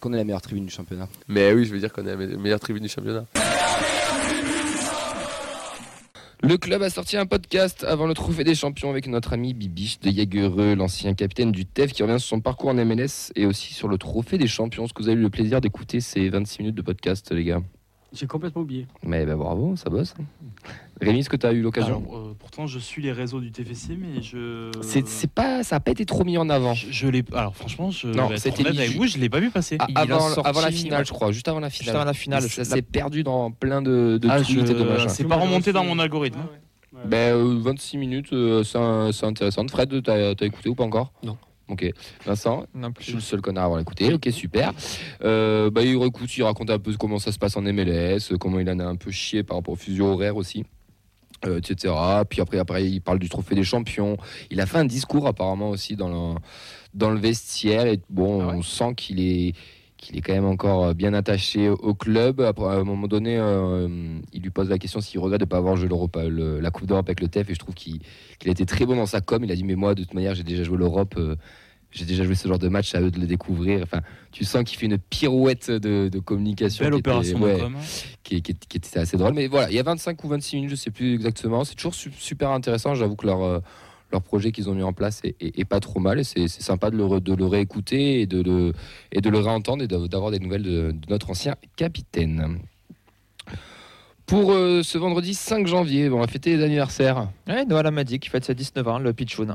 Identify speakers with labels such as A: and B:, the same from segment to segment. A: qu'on est la meilleure tribune du championnat.
B: Mais oui, je veux dire qu'on est la me- meilleure tribune du championnat. Le club a sorti un podcast avant le Trophée des Champions avec notre ami Bibiche de Jagereux, l'ancien capitaine du TEF qui revient sur son parcours en MLS et aussi sur le Trophée des Champions. Est-ce que vous avez eu le plaisir d'écouter ces 26 minutes de podcast, les gars
C: J'ai complètement oublié.
B: Mais ben bravo, ça bosse. hein. Rémi, est-ce que tu as eu l'occasion
C: Alors, euh, pourtant, je suis les réseaux du TFC, mais je.
D: euh,
B: C'est c'est pas, Ça n'a pas été trop mis en avant.
C: Je, je l'ai. Alors, franchement, je.
B: Non,
C: vais être
B: c'était
C: honnête
B: mis
C: avec
B: ju-
C: vous, je l'ai pas vu passer.
B: Ah,
D: il a
B: avant,
D: sorti-
B: avant la finale, je crois, juste avant la
D: Juste
B: finale.
D: avant la finale.
B: ça
D: je- la-
B: s'est perdu dans plein de, euh, de
C: Ah,
B: tweets
C: je-
B: et de machins.
C: C'est pas remonté dans mon algorithme. hein.
B: Ben, euh, 26 minutes, euh, c'est un- c'est intéressant. Fred, t'as as écouté ou pas encore
D: Non.
B: Ok. Vincent,
D: Non,
B: je
D: plus.
B: suis le seul connard à avoir écouté. Ok, super. Euh, bah, il, écoute, il raconte un peu comment ça se passe en MLS, euh, comment il en a un peu chié par rapport au fuseau horaire aussi. euh, etc. Puis après, après, il parle du trophée des champions. Il a fait un discours apparemment aussi dans le, dans le vestiaire. Et bon,
C: Ah ouais
B: on sent qu'il est, qu'il est quand même encore euh, bien attaché au club. Après, à un moment donné, euh, il lui pose la question s'il regrette de ne pas avoir joué l'Europe, le- la Coupe d'Europe avec le TEF. Et je trouve qu'il qu'il a été très bon dans sa com. Il a dit Mais moi, de toute manière, j'ai déjà joué l'Europe. euh, j'ai déjà joué ce genre de match, à eux de le découvrir. Enfin, tu sens qu'il fait une pirouette de, de communication.
C: Belle
B: qui était-
C: opération hein.
B: ouais,
C: de com.
B: qui, qui- qui était assez drôle. Mais voilà, il y a 25 ou 26 minutes, je sais plus exactement. C'est toujours su- super intéressant. J'avoue que leur, euh, leur projet qu'ils ont mis en place est, est- est pas trop mal. Et c'est c'est sympa de le, re- de le réécouter et de le, et de le réentendre et d'av- d'avoir des nouvelles de, de notre ancien capitaine. Pour euh, ce vendredi 5 janvier, on va fêter les anniversaires.
D: Ouais, Noël m'a dit qu'il fête ses 19 ans, le pitchoun.
B: En,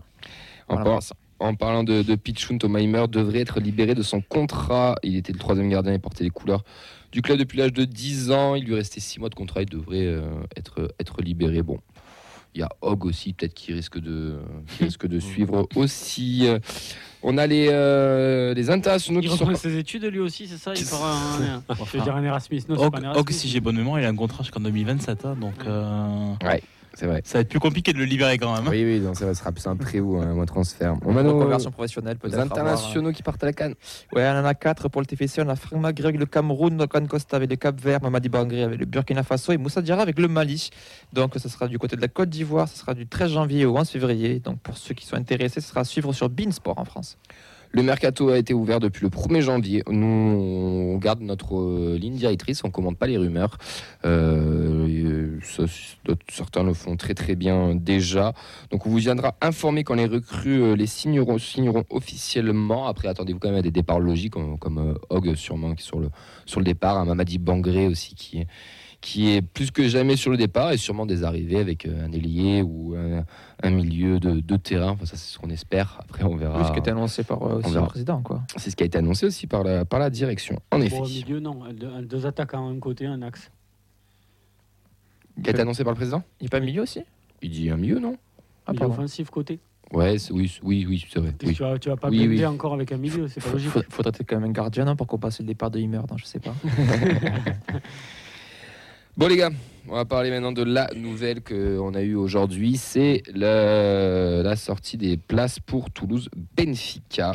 D: Voilà,
B: par-
D: ça.
B: en parlant de, de Pichun, Tomaheimer devrait être libéré de son contrat. Il était le troisième gardien et portait les couleurs du club depuis l'âge de 10 ans. Il lui restait 6 mois de contrat. Il devrait euh, être, être libéré. Bon, il y a Hogg aussi, peut-être, qui risque de, qui risque de suivre aussi. On a les, euh, les internationaux
E: Il
B: qui sont.
E: reprend ses études lui aussi, c'est ça Il fera un, un-
B: Ah.
E: je veux dire un Erasmus. Non, c'est
C: Og,
E: pas un
C: Og,
E: Erasmus.
C: si j'ai bonne mémoire, il a un contrat jusqu'en 2027, hein, donc euh,
B: C'est vrai.
C: ça va être plus compliqué de le libérer quand
D: Hein
C: même. hein.
B: Oui, oui, non, ça va se rappeler un prévôt, un mois de transfert. On a nos,
D: Reconversion professionnelle,
B: nos
D: peut-être. à voir. hein.
B: internationaux qui partent à la canne.
D: Ouais, on en a 4 pour le TFC. On a Franck Magri avec le Cameroun, Logan Costa avec le Cap Vert, Mamadi Bangré avec le Burkina Faso et Moussa Diarra avec le Mali. Donc, ce sera du côté de la Côte d'Ivoire. Ce sera du 13 janvier au 11 février. Donc, pour ceux qui sont intéressés, ce sera à suivre sur Beansport en France.
B: Le mercato a été ouvert depuis le 1er janvier. Nous, on garde notre euh, ligne directrice, on ne commente pas les rumeurs. Euh, et, euh, ça, c- d'autres- certains le font très très bien déjà. Donc on vous viendra informer quand les recrues euh, les signeront, signeront officiellement. Après, attendez-vous quand même à des départs logiques, comme, comme euh, Hogg sûrement qui est sur le, sur le départ, un Mamadi Bangré aussi qui est, qui est plus que jamais sur le départ et sûrement des arrivées avec euh, un ailier ou un, un milieu de, de terrain. Enfin, ça, c'est ce qu'on espère. Après, on verra.
D: Plus ce qui était annoncé par euh,
B: Ah. On
D: aussi
B: verra.
D: le président, quoi.
B: C'est ce qui a été annoncé aussi par la, par la direction, en effet.
E: Bon, au milieu, non. Un- Deux, un- deux attaques à un côté, un axe.
B: Qui a été annoncé par le président
D: Il n'y a pas milieu aussi
B: Il dit un milieu, non
D: Ah,
E: milieu
D: pardon.
E: offensif côté.
B: Ouais, c'est- oui, c'est- oui, oui, c'est vrai.
E: Qu'est-ce que
B: Oui.
E: Tu, vas, tu vas pas
B: Oui,
E: blinder
B: oui.
E: encore avec un milieu, c'est pas
D: Faut-
E: logique.
D: faut- Faudrait être quand même un gardien non, pour qu'on passe le départ de Himmer, non, je sais pas.
B: Bon les gars, on va parler maintenant de la nouvelle qu'on a eue aujourd'hui. C'est le- la sortie des places pour Toulouse-Benfica.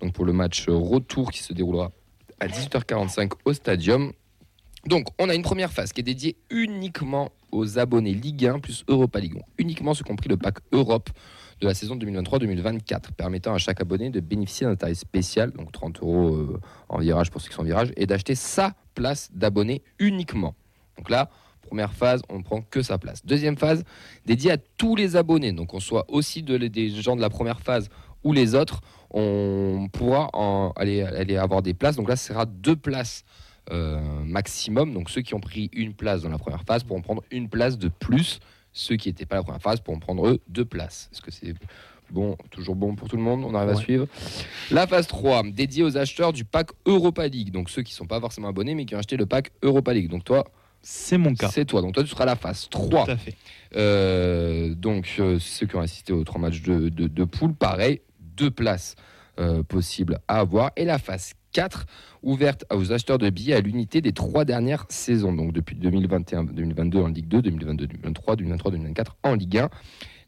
B: Donc pour le match retour qui se déroulera à 18h45 au Stadium. Donc on a une première phase qui est dédiée uniquement aux abonnés Ligue 1 plus Europa Ligue 1. Uniquement ce compris le pack Europe de la saison 2023-2024, permettant à chaque abonné de bénéficier d'un tarif spécial, donc 30 euros euh, en virage pour ceux qui sont en virage, et d'acheter sa place d'abonné uniquement. Donc là, première phase, on ne prend que sa place. Deuxième phase, dédiée à tous les abonnés. Donc on soit aussi de- des gens de la première phase ou les autres, on pourra en- aller, aller avoir des places. Donc là, ce sera deux places euh, maximum. Donc ceux qui ont pris une place dans la première phase pourront prendre une place de plus. Ceux qui n'étaient pas à la première phase pourront prendre eux deux places. Est-ce que c'est bon, toujours bon pour tout le monde On arrive à
D: Ouais.
B: suivre. La phase 3, dédiée aux acheteurs du pack Europa League. Donc ceux qui ne sont pas forcément abonnés, mais qui ont acheté le pack Europa League. Donc toi,
C: C'est mon cas.
B: c'est toi. Donc toi, tu seras à la phase
C: Tout
B: 3.
C: à fait.
B: Euh, donc euh, ceux qui ont assisté aux trois matchs de, de, de poule, pareil, deux places euh, possibles à avoir. Et la phase 4, ouverte aux acheteurs de billets à l'unité des trois dernières saisons, donc depuis 2021-2022 en Ligue 2, 2022-2023, 2023-2024 en Ligue 1,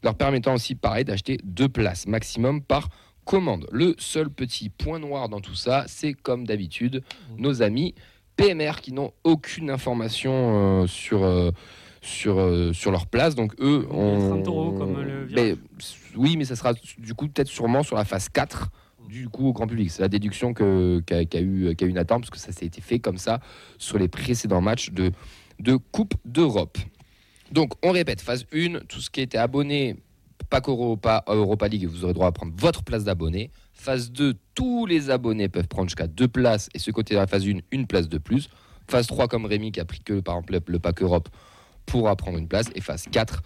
B: leur permettant aussi, pareil, d'acheter deux places maximum par commande. Le seul petit point noir dans tout ça, c'est comme d'habitude, nos amis PMR qui n'ont aucune information euh, sur... euh, sur, euh, sur leur place. Donc eux,
E: Il y a
B: on...
E: 30 euros comme le virage.
B: Mais, oui, mais ça sera du coup peut-être sûrement sur la phase 4 du coup au grand public. C'est la déduction que- qu'a qu'a eu, qu'a eu Nathan, parce que ça s'était fait comme ça sur les précédents matchs de, de Coupe d'Europe. Donc, on répète, phase 1, tout ce qui était abonné, pas qu'Europa Europa League, vous aurez droit à prendre votre place d'abonné. Phase 2, tous les abonnés peuvent prendre jusqu'à deux places, et ce côté de la phase 1, une place de plus. Phase 3, comme Rémi qui a pris que, par exemple, le pack Europe, pourra prendre une place. Et phase 4,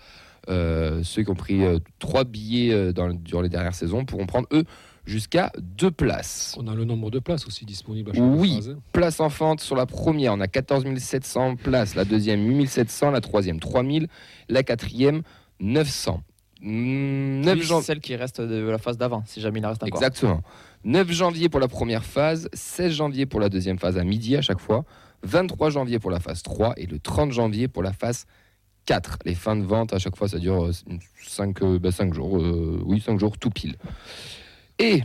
B: euh, ceux qui ont pris euh, trois billets euh, dans, le- durant les dernières saisons pourront prendre, eux, jusqu'à deux places.
A: On a le nombre de places aussi disponibles à chaque
B: Oui.
A: phase. hein.
B: Place enfante sur la première, on a 14 700 places, la deuxième 8 700, la troisième 3000, la quatrième 900. Mm, 9
D: Plus
B: janvier.
D: Celle qui reste de la phase d'avant, si jamais il en reste encore.
B: Exactement. 9 janvier pour la première phase, 16 janvier pour la deuxième phase à midi à chaque fois, 23 janvier pour la phase 3 et le 30 janvier pour la phase 4. Les fins de vente à chaque fois, ça dure euh, 5, jours, euh, oui, 5 jours tout pile. Et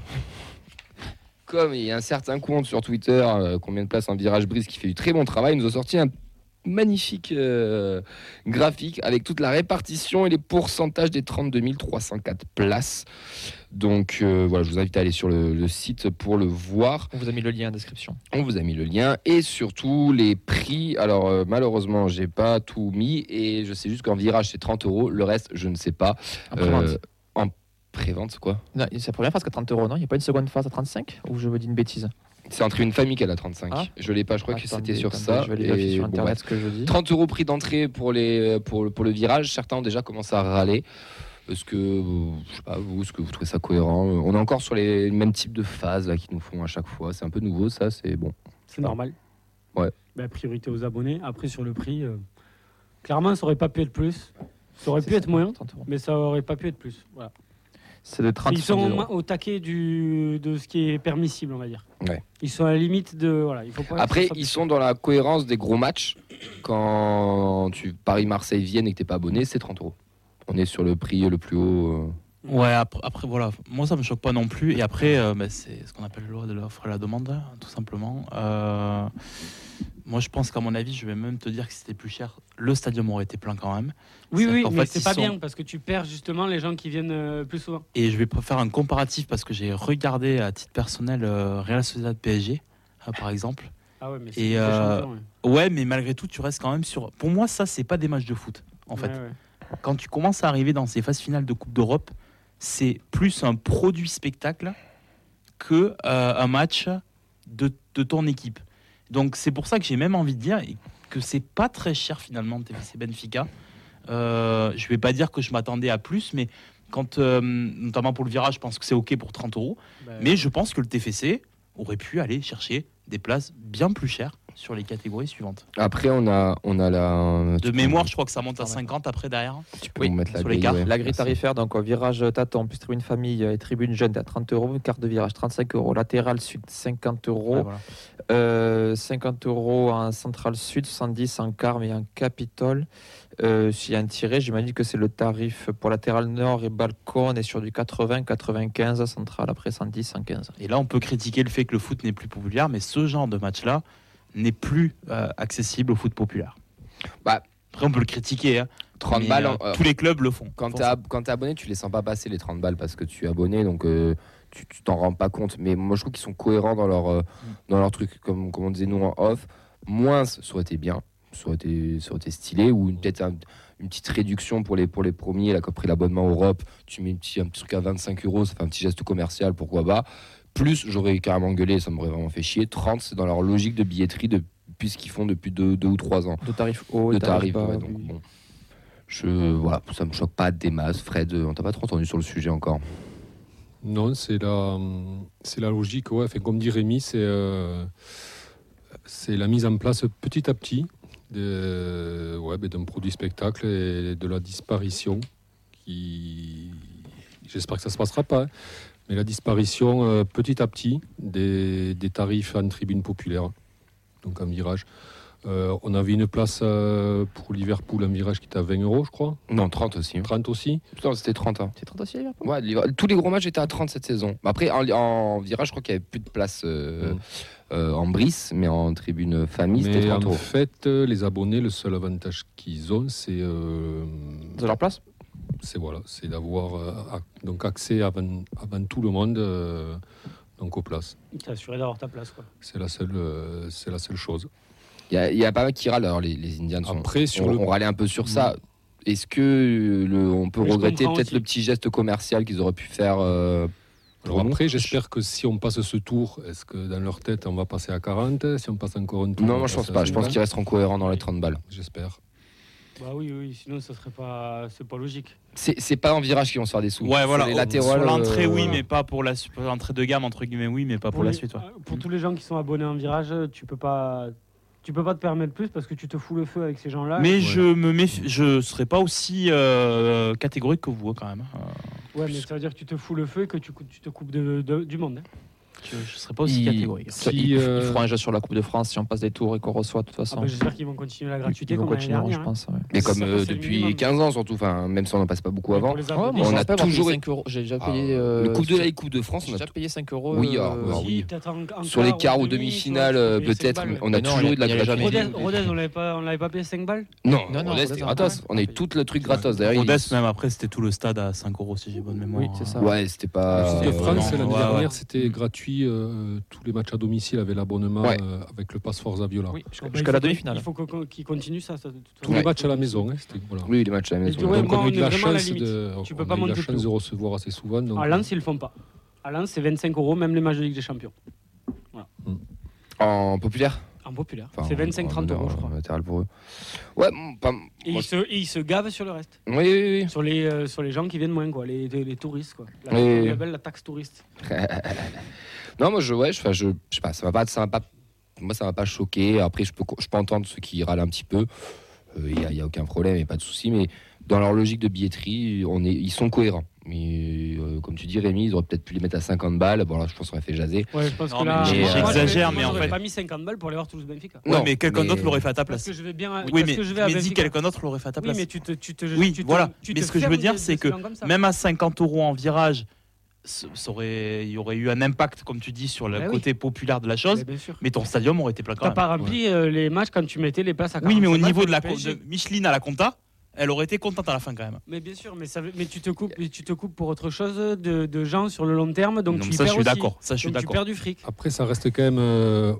B: comme il y a un certain compte sur Twitter, euh, combien de places en virage brise qui fait du très bon travail, ils nous ont sorti un magnifique euh, graphique avec toute la répartition et les pourcentages des 32 304 places. Donc euh, voilà, je vous invite à aller sur le, le site pour le voir.
D: On vous a mis le lien en description.
B: On vous a mis le lien et surtout les prix. Alors euh, malheureusement, j'ai pas tout mis et je sais juste qu'en virage c'est 30 euros. Le reste, je ne sais pas.
D: Après-vente.
B: Euh, en prévente, quoi.
D: Non, C'est la première phase qui est à 30 euros, non Il n'y a pas une seconde phase à 35 Ou je me dis une bêtise
B: C'est entre une famille qu'elle a 35.
D: Ah.
B: je l'ai pas. Je crois que
D: Attendez,
B: c'était sur
D: attendez,
B: ça.
D: Je vais aller
B: et
D: vérifier sur
B: bon, bref.
D: internet ce que je dis.
B: 30 euros prix d'entrée pour les euh, pour le- pour le virage. Certains ont déjà commencé à râler. Est-ce que euh, je sais pas vous, est-ce que vous trouvez ça cohérent On est encore sur les mêmes types de phases là qui nous font à chaque fois. C'est un peu nouveau ça. C'est bon.
E: C'est normal.
B: Ouais.
E: Bah, priorité aux abonnés. Après, sur le prix, euh, clairement, ça aurait pas pu être plus. Ça aurait
D: C'est
E: pu
D: ça,
E: être moyen,
D: 30 euros.
E: mais ça aurait pas pu être plus. Voilà.
D: C'est de 30
E: Ils sont
D: euros.
E: au, au taquet du, de ce qui est permissible, on va dire.
B: Ouais.
E: Ils sont à la limite de. Voilà, il faut pas
B: Après,
E: ça-
B: ils sont dans la cohérence des gros matchs. Quand tu Paris, Marseille, Vienne et que t'es pas abonné, c'est 30 euros. On est sur le prix le plus haut. euh.
C: Ouais, après, après, voilà, moi ça me choque pas non plus. Et après, euh, bah, c'est ce qu'on appelle la loi de l'offre et la demande, là, tout simplement. Euh, moi je pense qu'à mon avis, je vais même te dire que si c'était plus cher, le stadium aurait été plein quand même.
E: Oui,
C: C'est-à-dire
E: oui,
C: qu'en
E: mais
C: fait,
E: c'est
C: ils
E: pas
C: sont-
E: bien parce que tu perds justement les gens qui viennent euh, plus souvent.
C: Et je vais faire un comparatif parce que j'ai regardé à titre personnel euh, Real Sociedad PSG, euh, par exemple.
E: Ah ouais, mais
C: Et,
E: Ligue des
C: euh,
E: Champions, ouais.
C: Ouais, mais malgré tout, tu restes quand même sur. Pour moi, ça, c'est pas des matchs de foot. En fait,
E: Ouais, ouais.
C: quand tu commences à arriver dans ces phases finales de Coupe d'Europe, c'est plus un produit spectacle que euh, un match de, de ton équipe. Donc c'est pour ça que j'ai même envie de dire que c'est pas très cher finalement TFC Benfica. Euh, je vais pas dire que je m'attendais à plus, mais quand euh, notamment pour le virage, je pense que c'est ok pour 30 euros.
E: Bah,
C: Mais je pense que le TFC aurait pu aller chercher des places bien plus chères sur les catégories suivantes.
B: Après, on a, on a la.
C: De mémoire, je crois que ça monte à 50 après derrière.
B: tu peux
D: oui,
B: nous mettre la
C: sur les
B: grille,
C: cartes,
B: ouais.
D: La grille
B: Merci.
D: tarifaire, donc euh, virage tâton, plus tribune famille euh, et tribune jeune, t'es à 30 euros. Carte de virage, 35 euros. Latéral sud, 50
B: Oh.
D: euros.
C: Ouais, voilà.
D: Euh, 50 euros en central sud, 110 en Carme et en Capitole. Euh, S'il y a un tiré, j'imagine que c'est le tarif pour latéral nord et balcon. On est sur du 80, 95, central après 110, 115.
C: Et là, on peut critiquer le fait que le foot n'est plus populaire, mais ce genre de match-là n'est plus euh, accessible au foot populaire.
B: Bah,
C: Après, on peut le critiquer. hein,
B: 30
C: mais,
B: balles.
C: euh,
B: en- euh,
C: tous les clubs le font.
B: quand t'es
C: Forcément.
B: ab- quand t'es abonné, tu les sens pas passer les 30 balles parce que tu es abonné, donc euh, tu tu t'en rends pas compte. Mais moi, je trouve qu'ils sont cohérents dans leur, euh, dans leur truc, comme, comme on disait nous en off. Moins, ça aurait été bien, ça aurait été, ça aurait été stylé, ou une- peut-être un- une petite réduction pour les, pour les premiers, là, qui ont pris l'abonnement Europe, tu mets un petit, un petit truc à 25 euros, ça fait un petit geste commercial, pourquoi pas. Plus, j'aurais carrément gueulé, ça m'aurait vraiment fait chier. 30, c'est dans leur logique de billetterie depuis ce qu'ils font depuis 2 ou 3 ans
D: De tarif haut,
B: de
D: de
B: tarif.
D: tarif bas,
B: ouais, donc,
D: oui.
B: bon. Je, voilà, ça me choque pas des masses. Fred, euh, on t'a pas trop entendu sur le sujet encore.
A: Non, c'est la, c'est la logique. Ouais. Enfin, comme dit Rémi, c'est euh, c'est la mise en place petit à petit de- ouais, ben, d'un produit spectacle et de la disparition. Qui... J'espère que ça ne se passera pas. hein. Mais la disparition euh, petit à petit des, des tarifs en tribune populaire, donc en virage. Euh, on avait une place euh, pour Liverpool en virage qui était à 20 euros, je crois.
B: Non, 30 aussi.
A: 30 aussi.
B: Putain, c'était 30. hein.
D: C'est 30 aussi, Liverpool
B: Ouais, Liverpool- tous les gros matchs étaient à 30 cette saison. Mais Après, en, en virage, je crois qu'il y avait plus de place euh,
A: Mm.
B: euh, en brice, mais en tribune famille, c'était
A: Mais
B: 30
A: en
B: euros.
A: fait, euh, les abonnés, le seul avantage qu'ils ont, c'est euh,
D: De leur place
A: c'est voilà, c'est d'avoir euh, ac- donc accès avant, avant tout le monde euh, donc aux places.
E: T'es assuré d'avoir ta place. Quoi.
A: C'est la seule, euh, c'est la seule chose.
B: Il y a, il y a pas mal qui râlent, alors les, les Indiens. Sont,
A: Après, sur
B: on,
A: le
B: on râlait un peu sur Mm. ça. Est-ce que euh, le- on peut
E: Mais je
B: regretter
E: comprends
B: peut-être
E: aussi.
B: le petit geste commercial qu'ils auraient pu faire euh, pour
A: Alors
B: nous
A: après, j'espère que si on passe ce tour, est-ce que dans leur tête, on va passer à 40 Si on passe encore un tour
B: Non,
A: on
B: moi, je
A: passe
B: pense
A: à
B: pas. Je pense
A: 20.
B: qu'ils resteront cohérents dans les 30 balles.
A: J'espère.
E: Bah oui, oui, sinon ça serait pas, c'est pas logique.
B: C'est c'est pas en virage qu'ils vont se faire des sous.
C: Ouais,
B: C'est
C: voilà. Oh,
B: Les
C: Sur
B: latérales,
C: l'entrée,
B: euh,
C: oui, mais pas pour la su- pour l'entrée de gamme, entre guillemets, oui, mais pas pour, la
E: les-
C: suite. ouais.
E: euh, Pour tous les gens qui sont abonnés en virage, tu peux pas, tu peux pas te permettre plus parce que tu te fous le feu avec ces gens-là.
C: Mais je me méfie, je serais pas aussi euh, catégorique que vous, hein, quand même. hein.
E: ouais, mais ça veut dire que tu te fous le feu et que tu, cou- tu te coupes de, de- du monde. hein.
C: Je, je serais pas aussi
D: Il-
C: catégorique.
A: Si,
D: Ils- ils,
A: euh,
D: feront un jeu sur la Coupe de France si on passe des tours et qu'on reçoit de toute
E: Ah
D: façon.
E: bah, j'espère qu'ils vont continuer la gratuité
D: ils vont
E: comme l'année
D: continuer,
E: dernière.
D: je
E: hein.
D: pense. ouais.
B: Mais comme
E: Ça,
B: euh,
E: c'est le
B: depuis
E: minimum.
B: 15 ans surtout, enfin, même si on n'en passe pas beaucoup
E: hein. Et
B: avant.
E: pour les
D: Ouais,
E: abonnés,
D: moi,
B: on
D: je
B: a
D: me rappelle avoir
B: toujours
D: payé
B: été-
D: 5 euros. J'ai déjà
A: Ah,
D: payé.
B: Le
D: euh,
B: Coupe de
D: sur-
B: la et Coupe de France,
D: J'ai
B: on a
D: déjà payé 5 euros.
B: Oui,
D: euh,
B: alors,
E: si,
B: alors, oui.
E: peut-être en- en
B: sur les
E: quart ou en
B: quarts ou
E: demi, tu vois,
B: demi-finales,
E: tu peux
B: euh,
E: payer cinq
B: peut-être,
E: balles,
B: mais
E: mais-
B: on a
D: Mais non,
B: toujours
D: on
B: eu de la
D: y allait jamais.
B: gratuité.
E: Rodez, Rodez, on l'avait pas, on l'avait pas payé 5 balles
B: Non,
D: Non, non,
B: Rodez,
D: Rodez,
B: c'était
D: on a
B: gratos.
D: pas
B: On a eu
D: payé.
B: tout le truc gratos. D'ailleurs, il-
C: Rodez, même après, c'était tout le stade à 5 euros, si j'ai bonne mémoire.
D: Oui, c'est ça.
B: Ouais, c'était pas.
A: Coupe de France,
C: non,
A: l'année
C: ouais,
A: dernière,
C: ouais.
A: c'était gratuit. euh, tous les matchs à domicile avaient l'abonnement
B: Ouais.
A: euh, avec le Pass Forza Viola.
D: Oui,
E: Bah,
D: jusqu'à
E: il
D: jusqu'à la
E: faut qu'on-
D: demi-finale.
E: Il faut qu'on- qu'on- qu'ils continuent ça. ça, de toute
A: Tous
E: façon.
A: les matchs à la maison. hein, c'était- voilà.
B: Oui, les matchs à la
E: Et
B: maison.
E: du- ouais,
A: donc
E: moi,
A: on a eu
E: on
A: de
E: est
A: la
E: vraiment à la
A: chance,
E: limite.
A: de,
E: Tu
A: on
E: peux
A: a
E: pas
A: eu de la
E: monter plus
A: chance de recevoir assez souvent. donc,
E: À
C: euh,
E: Lens, ils le font pas. À Lens, c'est 25 euros, même les matchs de Ligue des Champions.
B: En populaire
E: En populaire.
B: Enfin,
E: c'est
B: en-
E: 25-30
B: en
E: euros, je
B: honneur,
C: euh,
E: crois.
B: en latéral pour eux. Ouais, bon, pas. Oui,
E: Et
B: moi,
E: ils, se, et ils se gavent sur le reste.
B: oui, oui.
E: Sur les, euh, sur les gens qui viennent moins, quoi. Les, les, les touristes, quoi. La,
B: Oui,
E: on
B: oui.
E: l'appelle la taxe touriste.
B: Non, moi, je, ouais, je, enfin, je, je sais pas, ça m'a pas, ça m'a pas, moi, ça m'a pas choqué. Après, je peux, co- je peux entendre ceux qui râlent un petit peu. Il n'y a, y a aucun problème, et pas de souci. Mais dans leur logique de billetterie, on est, ils sont cohérents. Mais euh, comme tu dis, Rémi, ils auraient peut-être pu les mettre à 50 balles. Bon, là, je pense qu'on aurait fait jaser.
E: Ouais, je pense
C: Non,
E: que
C: mais
E: là.
B: j'ai-
E: moi,
C: j'exagère,
E: j'aurais-
C: mais en
E: moi, j'aurais
C: fait-
E: pas mis 50 balles pour aller voir Toulouse-Benfica.
C: Ouais,
B: Non,
C: mais quelqu'un d'autre l'aurait fait à ta
E: Parce
C: place.
E: que je vais bien. à-
C: Oui,
E: parce
C: mais,
E: que je vais à
C: mais dis
E: Benfica.
C: quelqu'un d'autre l'aurait fait à ta
E: Oui,
C: place.
E: mais tu te. Tu te
C: Oui,
E: tu te-
C: voilà.
E: tu
C: Mais
E: te
C: ce que je
E: fermes
C: veux dire,
E: des-
C: c'est
E: des
C: que
E: slogans comme ça.
C: Même à 50 euros en virage, ça ça aurait, il y aurait eu un impact, comme tu dis, sur le
E: Bah oui.
C: côté populaire de la
E: Mais
C: chose.
E: Bien sûr.
C: Mais ton stadium aurait été plein quand
E: T'as
C: même.
E: pas rempli euh, les matchs quand tu mettais les places à 45
C: Oui, mais au
E: balles
C: niveau
E: pour
C: de la
E: le
C: co-
E: PSG.
C: de Micheline à la compta, elle aurait été contente à la fin quand même.
E: Mais bien sûr, mais, ça veut- mais tu, te coupes, mais tu te coupes pour autre chose de, de gens sur le long terme, donc
C: Non,
E: tu
C: mais
E: y
C: ça, je
E: perds
C: suis
E: aussi.
C: d'accord. Ça, je suis
E: Donc tu
C: d'accord.
E: perds du fric.
A: Après, ça reste quand même, euh,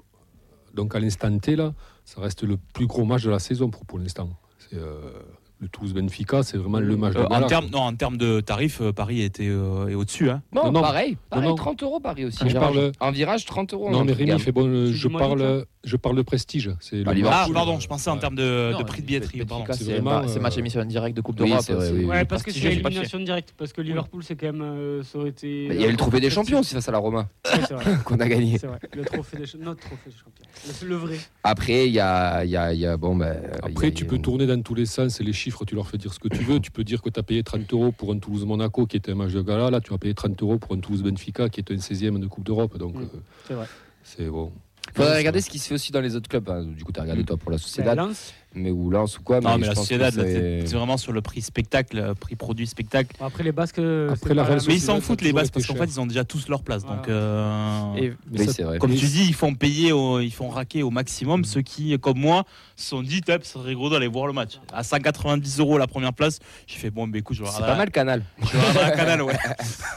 A: donc à l'instant T, là, ça reste le plus gros match de la saison pour, pour l'instant. C'est, euh, le Toulouse-Benfica, c'est vraiment le match de
C: Euh, en
A: gala,
C: termes,
A: quoi.
C: non, en termes de tarifs, euh, Paris était euh, est au-dessus. hein.
B: Non,
A: Non, non.
B: pareil, pareil,
A: non.
B: 30 euros Paris aussi.
A: Quand je parle-
B: Un virage, 30 euros.
A: Non,
B: en
A: mais
B: tout
A: Rémi
B: cas.
A: fait bon. euh,
E: Tu
A: Je
E: dis moins
A: parle,
E: vite,
A: euh, je parle de prestige. C'est
B: Ah,
A: le
B: Liverpool,
A: match,
C: Ah, pardon,
A: euh,
C: je pensais en
A: ouais.
C: termes de,
D: Non,
C: de prix de
D: il fait-
C: billetterie.
D: il fait
C: pardon.
D: Benfica,
A: C'est
D: C'est
A: vraiment,
D: bah, c'est
A: euh,
D: match émission direct de Coupe
B: Oui,
D: d'Europe.
B: c'est vrai,
D: c'est-
B: oui, oui.
E: Ouais, parce que
D: parti,
E: c'est
D: j'ai pas
E: élimination directe, parce que Liverpool, c'est quand même. euh, ça aurait été.
B: Bah, Il y avait le trophée des champions aussi face à la Roma
E: Ouais, c'est vrai.
B: qu'on a gagné.
E: C'est vrai, le trophée des cha- notre trophée des champions. Le, le vrai.
B: Après, il y a, il y a- il y a- bon, bah, il y a-
A: Après, tu peux tourner dans tous les sens et les chiffres, tu leur fais dire ce que tu veux. Tu peux dire que tu as payé 30 euros pour un Toulouse-Monaco qui était un match de gala. Là, tu vas payer 30 euros pour un Toulouse-Benfica qui était un 16e de Coupe d'Europe. Donc,
E: Mm,
A: euh,
E: c'est vrai.
A: C'est bon.
B: Faudrait regarder ce qui se fait aussi dans les autres clubs. hein. Du coup, t'as regardé toi pour la
E: Bah,
B: Sociedad,
E: Lens.
B: mais ou Lens ou quoi.
C: Non, mais
B: je
C: la
B: pense que
C: Sociedad, là,
B: c'est-
C: c'est c'est vraiment sur le prix spectacle, euh, prix produit spectacle.
E: Bon, Après les Basques. euh,
A: Après,
E: c'est
A: la
E: pas
A: Real
E: même
C: Mais ils
A: Sociedad
C: s'en
A: a
C: foutent les
A: toujours
C: bases
A: été
C: parce qu'en
A: cher.
C: fait, ils ont déjà tous leur place. Donc,
E: Voilà.
C: euh,
D: Et
A: Mais
B: Oui,
A: ça-
B: c'est vrai.
C: comme tu dis, ils font payer, au- ils font raquer au maximum ceux qui, comme moi, se sont dit, Tap, ça serait gros d'aller voir le match. À 190 euros la première place, j'ai fait, bon, bah, écoute, je vais
B: C'est
C: regarder
B: pas
C: la-
B: mal Canal.
C: je vais regarder la canal, ouais.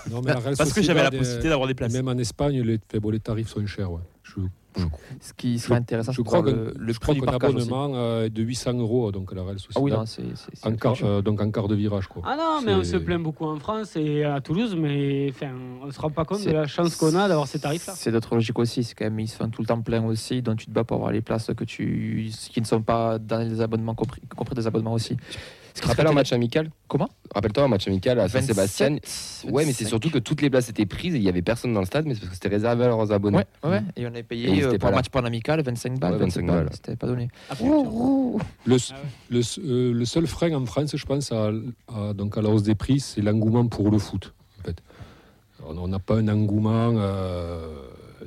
A: Non, mais la Real
C: Bah, Parce que j'avais la
A: Sociedad,
C: possibilité
A: euh,
C: d'avoir des places.
A: Même en Espagne, les, fait, bon, les tarifs sont chers. ouais. Je,
D: ce qui serait intéressant,
A: je
D: c'est de
A: crois
D: voir
A: que
D: le le
A: je crois
D: prix du
A: qu'un
D: parcage aussi.
A: abonnement euh, est de 800 euros donc à la Real Sociedad.
D: Ah oui, non, c'est- c'est- c'est
A: en quart-
D: fluctuant.
A: euh, donc en quart de virage. Quoi.
E: Ah non, mais on se
A: C'est-
E: plaint beaucoup en France et à Toulouse, mais enfin, on se rend pas compte de
D: C'est-
E: la chance qu'on a d'avoir ces tarifs-là.
D: C'est d'autres logiques aussi, c'est quand même ils se font tout le temps plein aussi, donc tu te bats pour avoir les places que tu, qui ne sont pas dans les abonnements compris, compris des abonnements aussi. Ce
B: Tu
D: qui
B: te
D: serait
B: rappelles un
D: intéressant-
B: match amical
D: Comment
B: Rappelle-toi un match amical à Saint-Sébastien.
D: 27,
B: Ouais, mais c'est
D: 25.
B: surtout que toutes les places étaient prises et il y avait personne dans le stade, mais c'est parce que c'était réservé à leurs abonnés.
D: Ouais, ouais, et on
B: Et
D: avait
B: ils
D: payé euh,
B: étaient
D: pour
B: pas
D: un
B: là.
D: match pour un amical 25 balles,
B: Ouais,
D: 25
B: balles.
D: balles, c'était pas donné.
E: Ah, putain.
A: Le, s-
E: Ah
A: le s- euh, le seul frein en France, je pense, à, à- donc à la hausse des prix, c'est l'engouement pour le foot. En fait. On on n'a pas un engouement euh,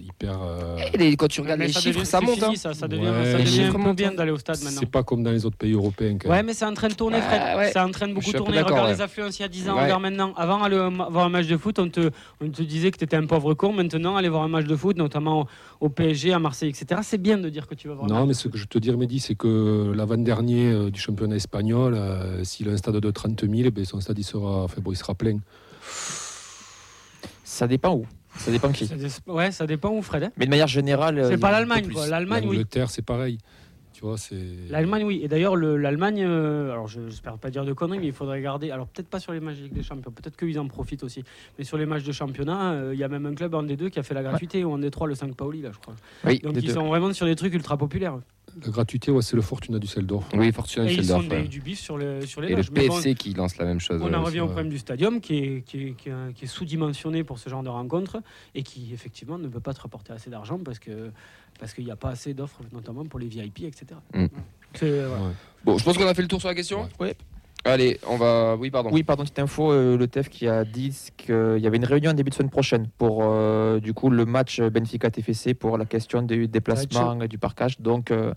A: hyper. euh,
B: Et les- quand tu regardes
E: Mais
B: les
E: ça
B: chiffres,
E: devient-
B: ça
E: c'est
B: monte.
E: fini,
B: hein.
E: ça, ça devient,
A: Ouais.
E: ça
A: Les
E: devient
B: chiffres
E: un peu
B: montent,
E: bien
B: hein.
E: d'aller au stade maintenant.
A: c'est pas comme dans les autres pays européens. quand
E: Ouais,
A: même.
E: mais c'est en train de tourner, Fred.
B: Ah, ouais.
E: C'est en train de
B: Je
E: beaucoup
B: suis un peu
E: tourner.
B: d'accord,
E: Regarde
B: ouais.
E: les affluences il y a 10 ans,
B: Ouais.
E: regarde maintenant. Avant, aller euh, voir un match de foot, on te, on te disait que tu étais un pauvre con. Maintenant, aller voir un match de foot, notamment au, au PSG, à Marseille, etc., c'est bien de dire que tu vas voir un
A: Non,
E: match
A: mais
E: de
A: ce
E: foot.
A: que je te dire, Mehdi, c'est que l'avant-dernier euh, du championnat espagnol, euh, s'il a un stade de 30 000, eh ben, son stade il sera, enfin, bon, il sera plein.
D: Ça dépend où. Ça dépend qui.
E: Ça dé- Ouais, ça dépend où, Fred. hein.
D: Mais de manière générale. euh, il y
E: C'est
D: a
E: pas
D: un peu
E: l'Allemagne,
D: plus.
E: quoi. L'Allemagne, oui.
A: L'Angleterre, c'est pareil. Tu vois, c'est.
E: L'Allemagne, oui. Et d'ailleurs, le- l'Allemagne, euh, alors je- j'espère pas dire de conneries, mais il faudrait garder. Alors peut-être pas sur les matchs de Ligue des Champions, peut-être qu'ils en profitent aussi. Mais sur les matchs de championnat, euh, il y a même un club en D2 qui a fait la gratuité, ou en D3, le 5 Paoli, là, je crois.
B: Oui,
E: Donc
D: des
E: ils
D: deux.
E: sont vraiment sur des trucs ultra populaires.
A: La gratuité, ouais, c'est le Fortuna Düsseldorf.
B: Oui, Fortuna
E: Et ils ont
B: Düsseldorf.
E: des-
B: ouais.
E: du bif sur, le, sur les
B: Et le
E: matchs. Mais bon,
B: PFC qui lance la même chose. euh,
E: on
B: ouais,
E: en
B: aussi.
E: revient au
A: ouais.
E: problème du stadium qui est, qui est- qui est- qui est sous-dimensionné pour ce genre de rencontre et qui effectivement ne peut pas te rapporter assez d'argent parce que parce qu'il n'y a pas assez d'offres, notamment pour les VIP, etc.
B: Mm.
E: C'est- voilà.
A: Ouais.
B: euh, Bon, je pense qu'on a fait le tour sur la question.
D: Ouais.
B: Allez, on va. Oui, pardon.
D: Oui, pardon, petite info, euh, le TEF qui a dit qu'il y avait une réunion en début de semaine prochaine pour euh, du coup le match Benfica-TFC pour la question du déplacement et du parcage. Donc euh,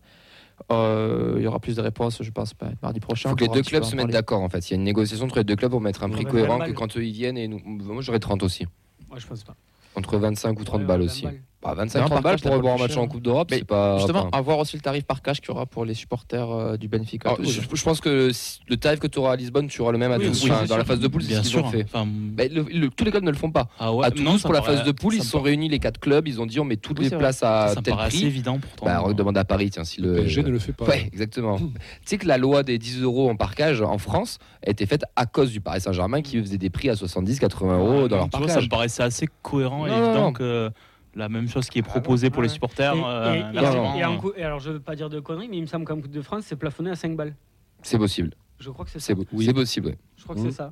D: euh, il y aura plus de réponses, je pense, ben, mardi
B: Il
D: prochain.
B: faut que les
D: on pourra un
B: deux
D: petit
B: clubs
D: peu en
B: se mettent
D: parler.
B: d'accord en fait. Il y a une négociation entre les deux clubs pour mettre un
A: On
B: prix
E: aurait
B: cohérent
E: 20
B: que
E: balles.
B: quand eux ils viennent et nous. Moi j'aurais 30 aussi.
E: Moi, je pense pas.
B: Entre 25 ou 30 balles aussi. Bah, 25
D: Non,
B: 30
D: par
B: balles
D: contre,
B: pour
D: c'est
B: avoir un
D: plus
B: match hein.
D: cher.
B: en Coupe d'Europe,
D: Mais
B: c'est pas.
D: Justement,
B: enfin,
D: à voir aussi le tarif parcage qu'il y aura pour les supporters euh, du Benfica.
B: alors,
D: Toulouse.
B: ah, je, je pense que si- le tarif que tu auras à Lisbonne, tu auras le même à
E: Oui,
B: Toulouse.
E: oui,
B: Enfin,
E: c'est
B: dans la phase de poule, c'est
C: bien
B: ce qu'ils
C: sûr.
B: ont fait.
C: Enfin,
B: Bah, le- le- tous les clubs ne le font pas.
C: ah ouais,
B: à
C: non,
B: Toulouse,
C: ça
B: pour la
C: paraît-
B: phase de poule, ils
C: ça
B: se sont réunis les quatre clubs. Ils ont dit on met toutes
D: Oui,
B: les
D: c'est
B: places à
C: paraît- Ça me
B: tel
C: paraît assez hein.
B: prix.
C: évident pourtant.
B: Bah, on demande à Paris, tiens, si
A: Le
B: le.
A: PSG ne le fait pas.
B: Euh, Ouais, exactement. tu sais que la loi des 10 euros en parcage en France a été faite à cause du Paris Saint-Germain qui faisait des prix à 70, 80 euros oh, dans leur
C: Ah, Tu vois, ça me
B: parcage.
C: paraissait assez cohérent et
B: Non, non, non.
C: évident que la même chose qui est proposée pour les
E: Ah, ouais.
C: supporters.
E: Et-
C: euh,
E: et- et-
C: inversement,
E: et en
C: euh,
E: cou- et alors, je veux pas dire de conneries, mais il me semble qu'en Coupe de France, c'est plafonné à 5 balles.
B: C'est possible.
E: Je crois que c'est ça.
B: C'est beau- c'est possible. ouais.
E: Je crois que
A: Mm.
E: c'est ça.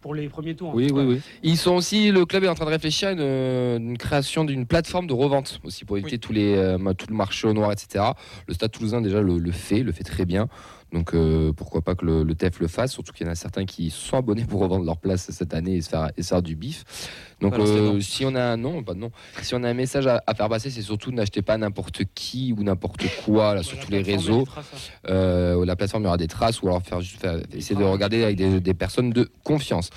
E: Pour les premiers tours. en
A: Oui,
E: tout
A: oui,
E: cas.
A: oui.
B: Ils sont aussi, le club est en train de réfléchir à une, euh, une création d'une plateforme de revente aussi pour éviter tous les, euh, ma- tout le marché au noir, etc. Le Stade Toulousain déjà le, le fait, le fait très bien. Donc euh, pourquoi pas que le, le TEF le fasse, surtout qu'il y en a certains qui sont abonnés pour revendre leur place cette année et se faire, et se faire du bif.
E: Bah
B: Donc
D: Balance les
B: euh,
D: noms.
B: si on a un nom, pas de nom, si on a un message à, à faire passer, c'est surtout n'achetez pas n'importe qui ou n'importe quoi là, sur
E: Voilà,
B: tous les
E: plateforme
B: réseaux.
E: évitera ça.
B: Euh, la plateforme il y aura des traces ou alors faire, juste faire- essayer de regarder avec des, des personnes de confiance.